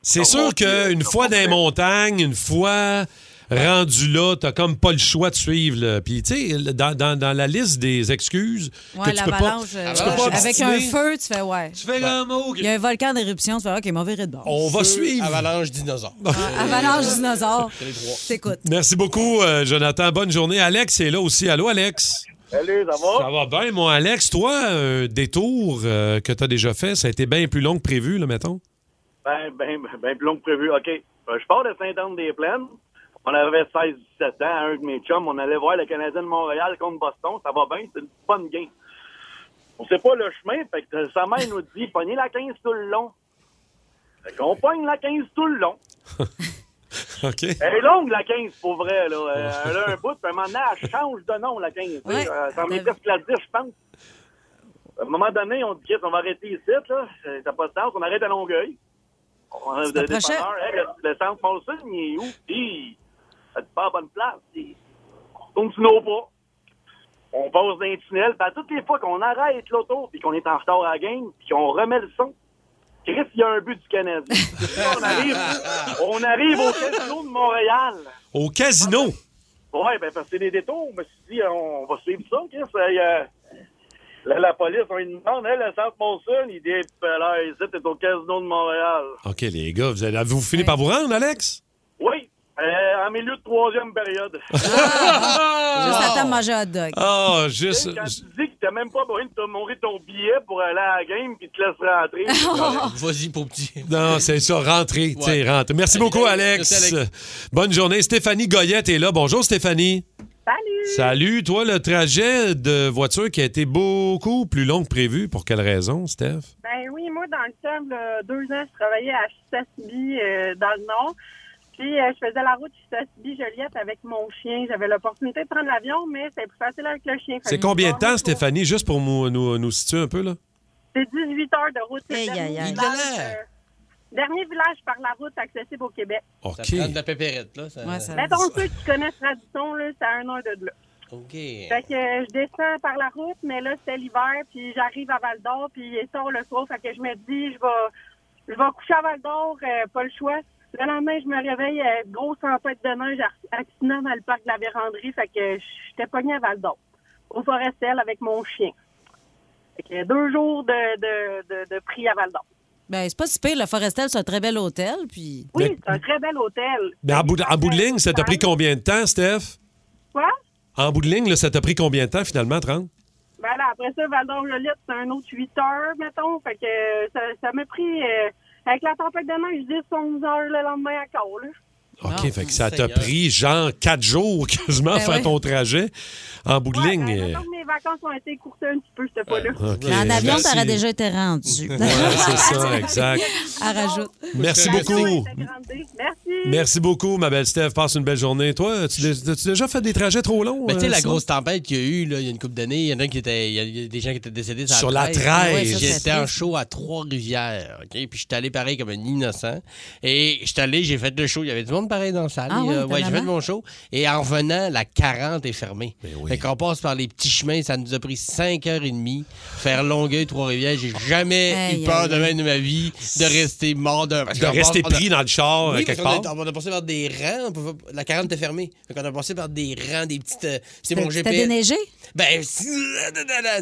C'est sûr qu'une fois dans les montagnes, une fois rendu là, t'as comme pas le choix de suivre. là. Puis, tu sais, dans, dans- dans la liste des excuses Ouais, que tu peux pas... l'avalanche. euh, tu peux pas Avec un obstiner. feu, tu fais ouais. Tu fais un mot. Il y a un volcan d'éruption, tu fais OK, mauvais de bord. On va suivre. Avalanche dinosaure. Ah, Euh, Avalanche dinosaure. Les trois. T'écoutes. Merci beaucoup, euh, Jonathan. Bonne journée. Alex est là aussi. Allô, Alex? Salut, ça va? Ça va bien, moi, Alex. Toi, un détour euh, que tu as déjà fait, ça a été bien plus long que prévu, là, mettons. Ben, ben, ben, ben plus long que prévu. OK. Euh, Je pars de Saint-Anne-des-Plaines. On avait 16-17 ans, un de mes chums. On allait voir le Canadien de Montréal contre Boston. Ça va bien, c'est une bonne game. On sait pas le chemin, fait que sa mère nous dit pognez la 15 tout le long. Fait qu'on pogne la 15 tout le long. OK. Elle est longue, la 15, pour vrai. Là. Euh, Elle a un bout, puis à un moment donné, elle change de nom, la Ouais. 15. Ah, ben Euh, ça en est presque la 10, je pense. À un moment donné, on dit, Chris, on va arrêter ici, là. Ça n'a pas de sens. On arrête à Longueuil. On C'est pas prochain. Hey, le, le centre Molson, il est où? Puis, ça te pas à bonne place. Puis, on tourne sur nos pas. On passe dans les tunnels. Puis, à toutes les fois qu'on arrête l'auto, puis qu'on est en retard à la game, puis qu'on remet le son, Chris, il y a un but du Canadien. Puis là, on arrive, on arrive au Ah! casino de Montréal. Au casino. Ouais, ben parce que c'est des détours. Je me suis dit, euh, on va suivre ça, Chris. Et, euh, la, la police, on lui demande, hein, hey, le centre Monson, il dit, ben, là, ici, t'es au casino de Montréal. OK, les gars, vous, allez, ah, vous finissez par vous rendre, Alex? Oui, euh, en milieu de troisième période. Oh! Juste à temps de manger un hot dog. Ah, juste. Quand tu dis que t'as même pas besoin de te mourir ton billet pour aller à la game puis te laisse rentrer. c'est correct. Vas-y, pour petit. Non, c'est ça, rentrez, tu sais, rentrez. Merci beaucoup, Alex. Merci, Alex. Bonne journée. Stéphanie Goyette est là. Bonjour, Stéphanie. Salut! Salut. Toi, le trajet de voiture qui a été beaucoup plus long que prévu, pour quelle raison, Steph? Ben oui, moi, dans le temps, là, deux ans, je travaillais à Chisasibi, euh, dans le Nord. Puis, euh, je faisais la route Chisasibi-Joliette avec mon chien. J'avais l'opportunité de prendre l'avion, mais c'est plus facile avec le chien. Fait C'est que combien de je temps, Stéphanie, juste pour nous, nous, nous situer un peu, là? C'est 18 heures de route. C'est le Aïe, aïe, dernier aïe. village, euh, Dernier village par la route accessible au Québec. OK. Ça prend de la pépérette, là. Ça... Ouais, ça- Mettons ceux qui connaissent Radisson, là, c'est à un heure de là. OK. Fait que euh, je descends par la route, mais là, c'était l'hiver, puis j'arrive à Val d'Or, puis il est tard le soir. Fait que je me dis, je vais, je vais coucher à Val d'Or, euh, pas le choix. Le lendemain, je me réveille, euh, grosse tempête de neige, ar- accident dans le parc de la Vérandrie. Fait que j'étais pognée à Val d'Or, au Forestel, avec mon chien. Fait que deux jours de, de, de, de prix à Val d'Or. Ben, c'est pas si pire. Le Forestel, c'est un très bel hôtel. Puis. Oui, Mais- c'est un très bel hôtel. Mais Ben, en bout, de- en bout de ligne, ça t'a pris combien de temps, Steph? Quoi? En bout de ligne, là, ça t'a pris combien de temps, finalement, 30? Ben là, après ça, val d'or lolette c'est un autre 8 heures, mettons. Fait que euh, ça, ça m'a pris, euh, avec la tempête de neige, 10, 11 heures le lendemain à Caux, là. OK, Non, fait que ça t'a Ah, Seigneur. pris genre quatre jours quasiment à Ben faire ouais. ton trajet en bout de Ouais, ligne. ben, euh, mettons que mes vacances ont été courtées un petit peu cette fois-là. OK. Mais en avion, Merci. t'aurais déjà été rendu. Ouais, c'est ça, exact. À rajoute. Merci beaucoup. Merci. Merci beaucoup, ma belle Steph. Passe une belle journée. Toi, tu as déjà fait des trajets trop longs? Mais tu sais, euh, la Simon? grosse tempête qu'il y a eu là, il y a une couple d'années, il y en a qui étaient. Il y a- il y a des gens qui étaient décédés sur, Sur la 13. Ouais, ça, c'est J'étais triste. en show à Trois-Rivières, OK? Puis j'étais allé pareil comme un innocent. Et j'étais allé, j'ai fait le show. Il y avait du monde pareil dans la salle. Ah Et, oui, euh, ouais, j'ai fait étonnamment. mon show. Et en revenant, la 40 est fermée. Fait qu'on passe par les petits chemins, ça nous a pris 5h30. Faire Longueuil, Trois-Rivières, j'ai jamais Aïe, eu peur aïe, de même de ma vie de rester mort d'un. parce De qu'on rester passe- on a- pris dans le char euh, oui, parce quelque part? qu'on a- Ah, On a passé par des rangs. on pouvait pas- la 40 était fermée. Fait on a passé par des rangs, des petites. euh, C'est mon T'as GPS. déneigé? Ben, si-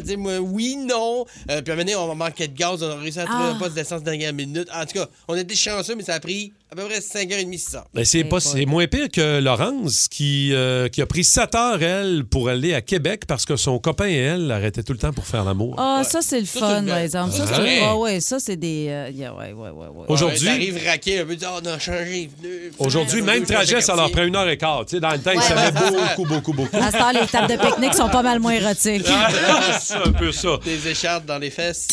dis-moi oui, non. Euh, puis à un moment donné, on manquait de gaz. On a réussi à trouver Ah. un poste d'essence dernière minute. En tout cas, on était chanceux, mais ça a pris à peu près 5h30, 6 heures. Ben, c'est pas, c'est moins pire que Laurence qui, euh, qui a pris 7 heures, elle, pour aller à Québec parce que son copain et elle arrêtaient tout le temps pour faire l'amour. Ah, ça, c'est le Ça, c'est fun, une par belle- exemple. Ça, Ah, c'est ouais. Ah ouais, ça, c'est des. euh, yeah, ouais, ouais, ouais, ouais. Aujourd'hui- J'arrive raqué un peu, dire, oh, on a changé. venez. Aujourd'hui, même trajet, ça leur prend une heure et quart. Tu sais, dans le temps, ils savaient beaucoup, beaucoup, beaucoup. À ce temps, les tables de pique-nique sont pas mal moins érotiques. C'est un peu ça. Des écharpes dans les fesses.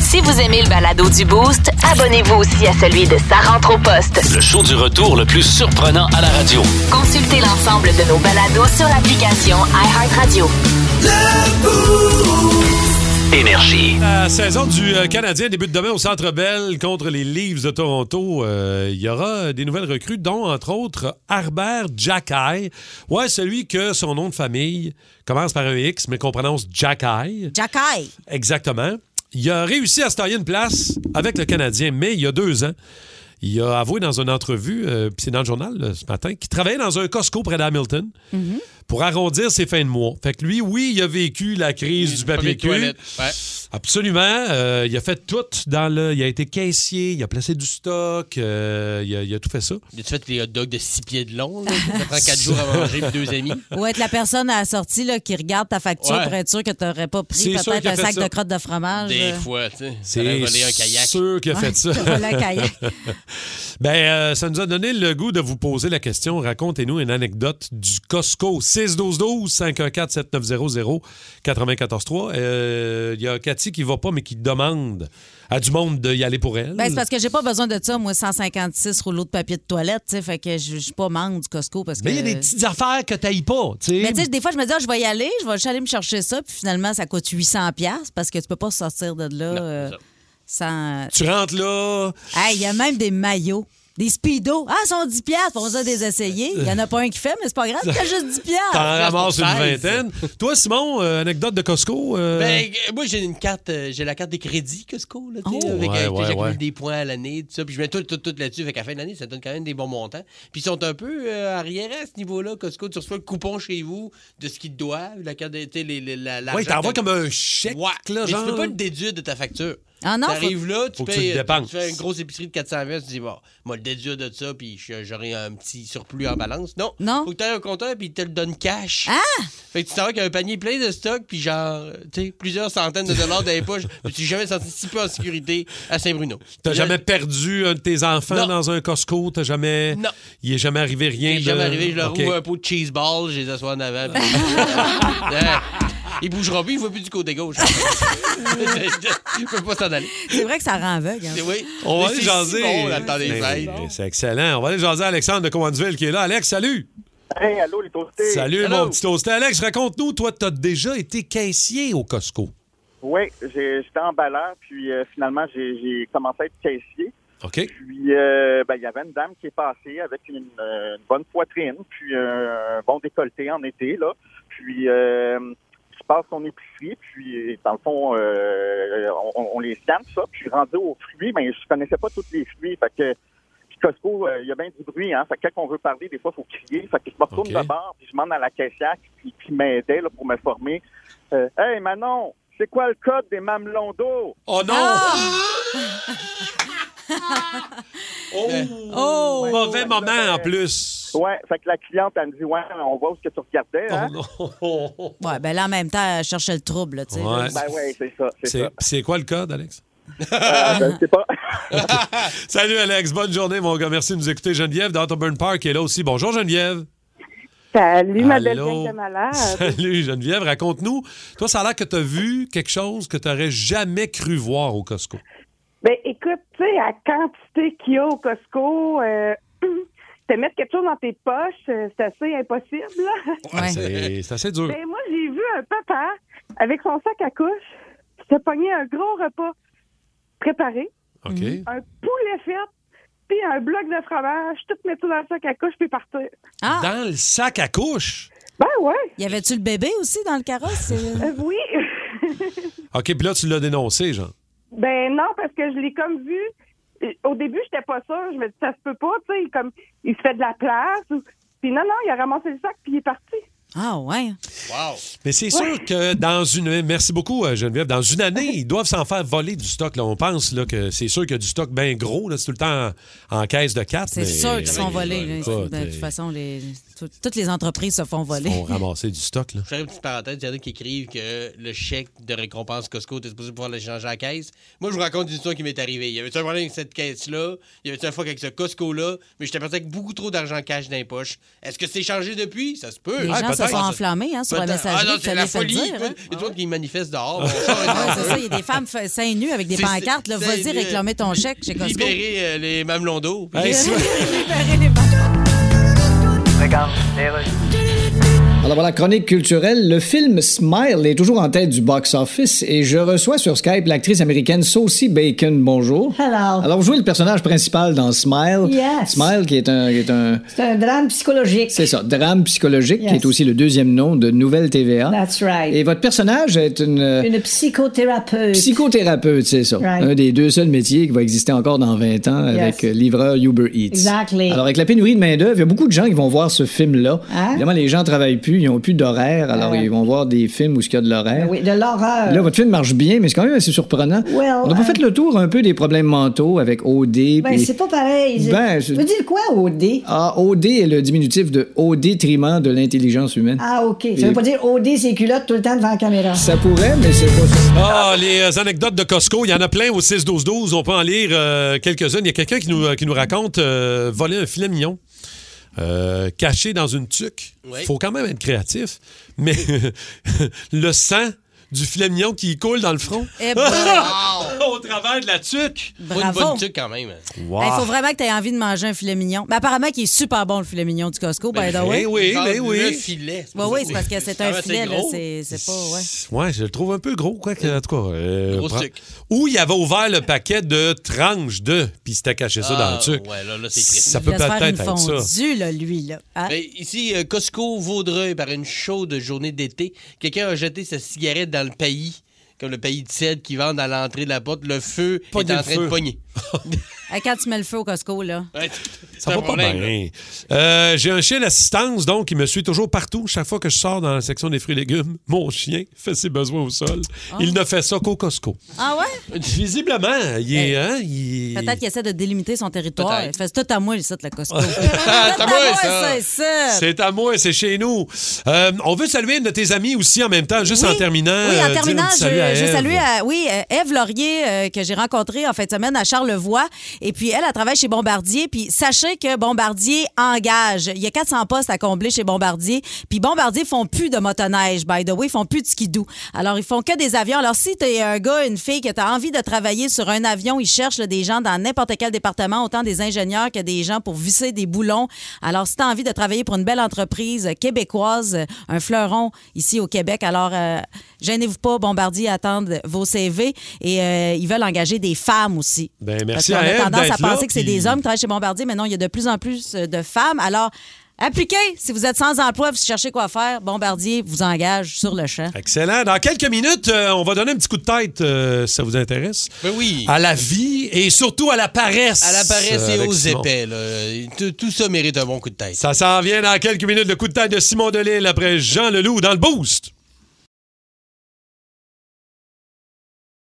Si vous aimez le balado du Boost, abonnez-vous aussi à celui de Sa rentre au poste. Le show du retour le plus surprenant à la radio. Consultez l'ensemble de nos balados sur l'application iHeartRadio. Énergie. La saison du euh, Canadien débute demain au Centre Bell contre les Leafs de Toronto. Euh, Il y aura des nouvelles recrues, dont entre autres Harbert Jackay. Ouais, celui que son nom de famille commence par un X, mais qu'on prononce Jackay. Jackay. Exactement. Il a réussi à se tailler une place avec le Canadien, mais il y a deux ans, il a avoué dans une entrevue, euh, puis c'est dans le journal là, ce matin, qu'il travaillait dans un Costco près d'Hamilton. pour arrondir ses fins de mois. Fait que lui, oui, il a vécu la crise du Papier papier de cul. toilette, ouais. Absolument. Euh, il a fait tout dans le. Il a été caissier, il a placé du stock, euh, il, a, il a tout fait ça. Il a fait les hot dogs de 6 pieds de long. là? Ça prend 4 jours à manger puis deux amis. Ou être la personne à la sortie là, qui regarde ta facture Ouais. pour être sûr que tu n'aurais pas C'est pris sûr peut-être qu'il a un fait sac ça. de crottes de fromage. Des euh. fois, tu sais. Ça aurait C'est volé un kayak. sûr qu'il a Ouais, fait ça. il a volé un kayak. ben, euh, ça nous a donné le goût de vous poser la question. Racontez-nous une anecdote du Costco. 612-12-514-7900-943. Euh, Il y a Cathy qui va pas, mais qui demande à du monde d'y aller pour elle. Ben, c'est parce que j'ai pas besoin de ça, moi, 156 rouleaux de papier de toilette, tu sais, fait que je je suis pas membre du Costco parce que. Mais il y a des petites affaires que t'ailles pas, tu sais. Mais tu sais, des fois, je me dis, Ah, je vais y aller, je vais juste aller me chercher ça, puis finalement, ça coûte 800$ piastres parce que tu peux pas sortir de là euh, sans. Tu rentres là. Hey, il y a même des maillots. Des speedos. Ah, ils sont 10$, piastres, on va des essayer. Il y en a pas un qui fait, mais c'est pas grave, t'as juste 10$. piastres. T'en ramasses une seize. vingtaine. Toi, Simon, euh, anecdote de Costco. euh, Ben, euh, moi, j'ai une carte, euh, j'ai la carte des crédits Costco, là, tu sais, Oh. avec, Ouais, avec- ouais, j'accumule ouais. des points à l'année, tout ça, puis je mets tout, tout, tout là-dessus, fait qu'à la fin de l'année, ça donne quand même des bons montants. Puis ils sont un peu euh, arriérés à ce niveau-là, Costco, tu reçois le coupon chez vous de ce qu'ils te doivent, la carte, de- tu sais, les- les- la- l'argent ouais, t'envoies que- comme un chèque, là, mais genre. tu peux pas le déduire de ta facture. Ah non, T'arrives faut- là, tu, Faut que tu payes, le dépenses. fais une grosse épicerie de 400 tu dis, bon, moi, le déduire de ça, puis je- j'aurai un petit surplus en balance. Non. Faut que tu un compteur, puis il te le donne cash. Ah! Fait que tu t'en vas avec un panier plein de stock, puis genre, tu sais, plusieurs centaines de dollars dans les poches, puis tu t'es jamais senti si peu en sécurité à Saint-Bruno. T'as Là, jamais perdu un de tes enfants Non. dans un Costco? T'as jamais. Non. Il est jamais arrivé rien. Il est jamais de- arrivé, je leur OK. ouvre un pot de cheese ball, je les assois en avant. puis- Ouais. Il bougera plus, il voit plus du côté gauche. Il peut pas s'en aller. C'est vrai que ça rend aveugle. hein. Oui. On va Mais aller c'est jaser. si bon, là, le temps des Mais- fêtes. mais C'est excellent. On va aller jaser à Alexandre de Cowansville qui est là. Alex, salut! Hey, allô, les toastés. Salut, mon petit toasté. Alex, raconte-nous, toi, t'as déjà été caissier au Costco. Oui, j'ai- j'étais emballeur, puis euh, finalement, j'ai j'ai commencé à être caissier. OK? Puis, euh, ben, il y avait une dame qui est passée avec une, euh, une bonne poitrine, puis euh, un bon décolleté en été, là. Puis, euh, je passe son épicerie, puis, dans le fond, euh, on, on les scanne, ça. Puis, je suis rendu aux fruits, mais je connaissais pas tous les fruits. Fait que, puis Costco, euh, il y a bien du bruit, hein. Fait que quand on veut parler, des fois, il faut crier. Fait que je me retourne OK. de bord, puis je demande à la caissière qui, qui m'aidait, là, pour me former. Euh, hey, Manon, c'est quoi le code des mamelons d'eau? Oh non! Oh! Ouais. Mauvais Ouais, moment, là, en plus. Oh, Ouais, fait que la cliente, elle me dit, ouais, on voit où ce que tu regardais, hein? Ouais, ben là, en même temps, elle cherchait le trouble, là, tu sais. là. Ouais. Ben ouais, c'est ça, c'est C'est ça. Euh, ben, c'est quoi le code, Alex? je sais pas. Salut, Alex. Bonne journée, mon gars. Merci de nous écouter. Geneviève d'Otterburn Park est là aussi. Bonjour, Geneviève. Salut, ma belle Allô? gang de malade. Salut, Geneviève. Raconte-nous. Toi, ça a l'air que tu as vu quelque chose que tu n'aurais jamais cru voir au Costco. Ben, écoute, tu sais, la quantité qu'il y a au Costco, euh, te mettre quelque chose dans tes poches, euh, c'est assez impossible. là. C'est c'est assez dur. Ben, moi, j'ai vu un papa avec son sac à couche qui s'est pogné un gros repas préparé, OK. un poulet fait, puis un bloc de fromage, tout mettre ça dans le sac à couche, puis partir. Dans le sac à couche. Ben ouais. Euh, Y avait-tu le bébé aussi dans le carrosse? oui. OK, puis là, tu l'as dénoncé, genre. Ben non, parce que je l'ai comme vu. Euh, Au début, j'étais pas sûre. Je me dis, ça se peut pas, tu sais, comme il se fait de la place. ou- Puis non, non, il a ramassé le sac puis il est parti. Ah, ouais. Wow. Mais c'est sûr que dans une. Merci beaucoup, euh, Geneviève. Dans une année, ils doivent s'en faire voler du stock. Là. On pense là, que c'est sûr qu'il y a du stock bien gros. là. C'est tout le temps en, en caisse de quatre. C'est mais- ben, sûr qu'ils se font voler. là. Ben, Écoute, de toute euh, façon, les- tout- toutes les entreprises se font voler. ils vont ramasser du stock. Là. Je ferai une petite parenthèse. Il y en a qui écrivent que le chèque de récompense Costco, t'es supposé pouvoir l'échanger à la caisse. Moi, je vous raconte une histoire qui m'est arrivée. Il y avait un problème avec cette caisse-là. Il y avait un fuck avec ce Costco-là. Mais j'étais parti avec beaucoup trop d'argent cash dans les poches. Est-ce que c'est changé depuis? Ça se peut. Les Ah, gens se peut-être. sont enflammés hein, sur la Peut-être. messagerie. Ah non, vous c'est savez la faire folie. dire, écoute. hein. Il y a tout le monde qui manifeste dehors. Ouais, c'est ça, il y a des femmes fa- seins nus avec des C'est- pancartes. là, c'est- Vas-y, c'est- réclamer ton chèque chez Costco. Libérer euh, les mamelons d'eau. Hey, c'est- Alors voilà, chronique culturelle. Le film Smile est toujours en tête du box-office et je reçois sur Skype l'actrice américaine Saucy Bacon. Bonjour. Hello. Alors, vous jouez le personnage principal dans Smile. Yes. Smile qui est un... qui est un- C'est un drame psychologique. C'est ça, drame psychologique, Yes. qui est aussi le deuxième nom de Nouvelle TVA. That's right. Et votre personnage est une... euh, Une psychothérapeute. Psychothérapeute, c'est ça. Right. Un des deux seuls métiers qui va exister encore dans 20 ans Yes. avec euh, livreur Uber Eats. Exactly. Alors, avec la pénurie de main-d'œuvre, il y a beaucoup de gens qui vont voir ce film-là. Hein? Évidemment, les gens travaillent plus, plus, ils ont plus d'horaire, alors ils vont voir des films où il y a de l'horaire. Ben Oui, de l'horreur. ben, Là, votre film marche bien, mais c'est quand même assez surprenant. Well, On n'a pas euh, fait le tour un peu des problèmes mentaux avec OD. Ben, puis- c'est pas pareil. Ben, je... je- Tu veux dire quoi, OD? Ah, OD est le diminutif de au détriment de l'intelligence humaine. Ah, OK. Ça Et- veut pas dire OD, c'est culotte tout le temps devant la caméra. Ça pourrait, mais c'est pas ça. Ah, les euh, anecdotes de Costco, il y en a plein au 6-12-12. On peut en lire euh, quelques-unes. Il y a quelqu'un qui nous, qui nous raconte euh, voler un filet mignon. euh, caché dans une tuque. Ouais. Faut quand même être créatif. Mais le sang du filet mignon qui coule dans le front. Eh ben. Au travers de la tuque. Bravo. Pas une bonne tuque quand même. Il faut vraiment que tu aies envie de manger un filet mignon. Mais apparemment, qu'il est super bon, le filet mignon du Costco, Ben, by the way. Ah, Le filet. Ouais, oui, c'est parce que c'est Ah, un ouais, filet, là. gros. C'est c'est pas. Ouais. Ouais, je le trouve un peu gros, quoi. que- en tout cas. euh, Grosse prends- tuque. Ou il avait ouvert le paquet de tranches de, puis c'était caché ça dans Ah, le tuque. ouais, là, là, c'est triste. ça peut Il va se faire peut-être une être ça. fondue, là, lui, là. Hein? Ben, ici, euh, Costco Vaudreuil, par une chaude journée d'été, quelqu'un a jeté sa cigarette dans le pays, comme le pays de cèdre qui vendent à l'entrée de la porte. Le feu Pogner est en le train feu. de pogner. Hey, Quand tu mets le feu au Costco, là. Ouais, c'est Ça un va pas problème, là. bien. Euh, J'ai un chien d'assistance, donc, qui me suit toujours partout. Chaque fois que je sors dans la section des fruits et légumes, mon chien fait ses besoins au sol. Ah. Il ne fait ça qu'au Costco. Ah ouais? Visiblement, il est. hein, il- Eh. Peut-être qu'il essaie de délimiter son territoire. Peut-être. Il fait tout à moi, ici, le Costco. Ah, Tout à moi, ça, ça. C'est à moi, c'est chez nous. Euh, on veut saluer une de tes amies aussi en même temps, juste en terminant. Oui, euh, en dire terminant, un petit je, salut à je Ève. salue à, oui, euh, Ève Laurier euh, que j'ai rencontrée en fin de semaine à Charlevoix. Et puis, elle, elle travaille chez Bombardier. Puis, sachez que Bombardier engage. Il y a 400 postes à combler chez Bombardier. Puis, Bombardier font plus de motoneige, by the way. Ils font plus de skidoo. Alors, ils font que des avions. Alors, si tu es un gars, une fille, que tu as envie de travailler sur un avion, ils cherchent là, des gens dans n'importe quel département, autant des ingénieurs que des gens pour visser des boulons. Alors, si tu as envie de travailler pour une belle entreprise québécoise, euh, un fleuron ici au Québec, alors euh, gênez-vous pas, Bombardier attendent vos CV et euh, ils veulent engager des femmes aussi. Ben, Parce merci qu'on à a Ève tendance à d'être là, penser que c'est puis- des hommes qui travaillent chez Bombardier, mais non, il y a de plus en plus euh, de femmes. Alors, appliquez. Si vous êtes sans emploi, vous cherchez quoi faire, Bombardier vous engage sur le champ. Excellent. Dans quelques minutes, euh, on va donner un petit coup de tête, euh, si ça vous intéresse. Ben oui. À la vie et surtout à la paresse. À la paresse et euh, avec aux Simon. épais, là. Tout, tout ça mérite un bon coup de tête. Ça s'en vient dans quelques minutes, le coup de tête de Simon Delille après Jean Leloup dans le Boost.